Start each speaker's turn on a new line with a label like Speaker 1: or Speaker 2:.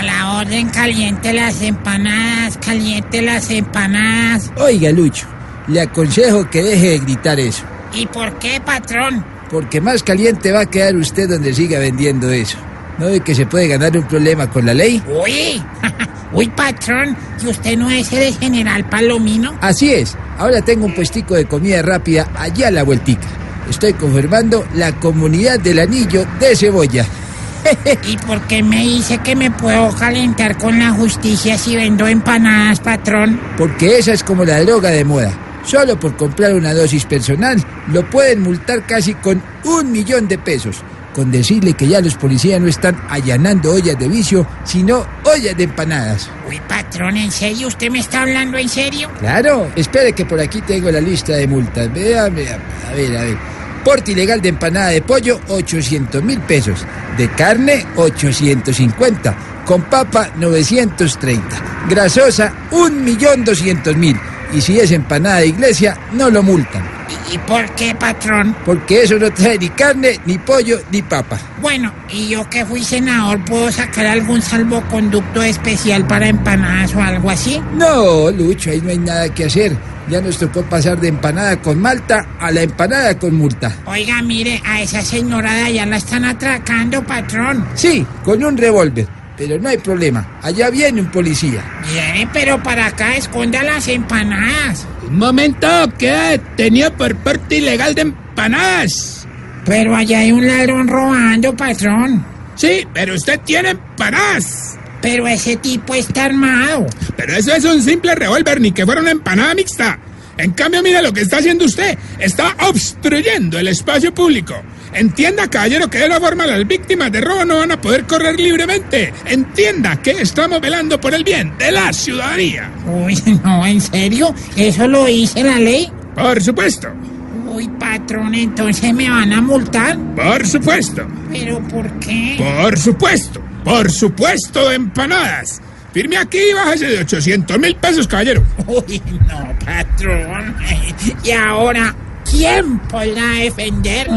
Speaker 1: salen caliente las empanadas, caliente las empanadas.
Speaker 2: Oiga, Lucho, le aconsejo que deje de gritar eso,
Speaker 1: ¿Y por qué, patrón?
Speaker 2: porque más caliente va a quedar usted donde siga vendiendo eso. ¿No ve que se puede ganar un problema con la ley?
Speaker 1: Uy, uy, patrón, ¿y usted no es el general Palomino?
Speaker 2: Así es, ahora tengo un puestico de comida rápida allá a la vueltica. Estoy confirmando la comunidad del anillo de cebolla.
Speaker 1: ¿Y por qué me dice que me puedo calentar con la justicia si vendo empanadas, patrón?
Speaker 2: Porque esa es como la droga de moda. Solo por comprar una dosis personal lo pueden multar casi con un millón de pesos. Con decirle que ya los policías no están allanando ollas de vicio, sino ollas de empanadas.
Speaker 1: Uy, patrón, ¿en serio? ¿Usted me está hablando en serio?
Speaker 2: Claro, espere que por aquí tengo la lista de multas. Vea, vea, a ver, a ver. Porte ilegal de empanada de pollo, 800 mil pesos. De carne, 850. Con papa, 930. Grasosa, 1.200.000. Y si es empanada de iglesia, no lo multan.
Speaker 1: ¿Y, y por qué, patrón?
Speaker 2: Porque eso no trae ni carne, ni pollo, ni papa.
Speaker 1: Bueno, y yo que fui senador, ¿puedo sacar algún salvoconducto especial para empanadas o algo así?
Speaker 2: No, Lucho, ahí no hay nada que hacer. Ya nos tocó pasar de empanada con malta a la empanada con multa.
Speaker 1: Oiga, mire, a esa señora de allá la están atracando, patrón.
Speaker 2: Sí, con un revólver. Pero no hay problema. Allá viene un policía.
Speaker 1: Viene, pero para acá esconda las empanadas.
Speaker 3: Un momento, que tenía por parte ilegal de empanadas.
Speaker 1: Pero allá hay un ladrón robando, patrón.
Speaker 3: Sí, pero usted tiene empanadas.
Speaker 1: Pero ese tipo está armado.
Speaker 3: Pero eso es un simple revólver, ni que fuera una empanada mixta. En cambio, mira lo que está haciendo usted. Está obstruyendo el espacio público. Entienda, caballero, que de la forma las víctimas de robo no van a poder correr libremente. Entienda que estamos velando por el bien de la ciudadanía.
Speaker 1: Uy, no, ¿en serio? ¿Eso lo dice la ley?
Speaker 3: Por supuesto,
Speaker 1: Uy, patrón, entonces me van a multar.
Speaker 3: por supuesto,
Speaker 1: ¿Pero por qué?
Speaker 3: por supuesto, por supuesto, empanadas. Firme aquí y bájese de 800 mil pesos, caballero.
Speaker 1: Uy, no, patrón. Y ahora, ¿quién podrá defender?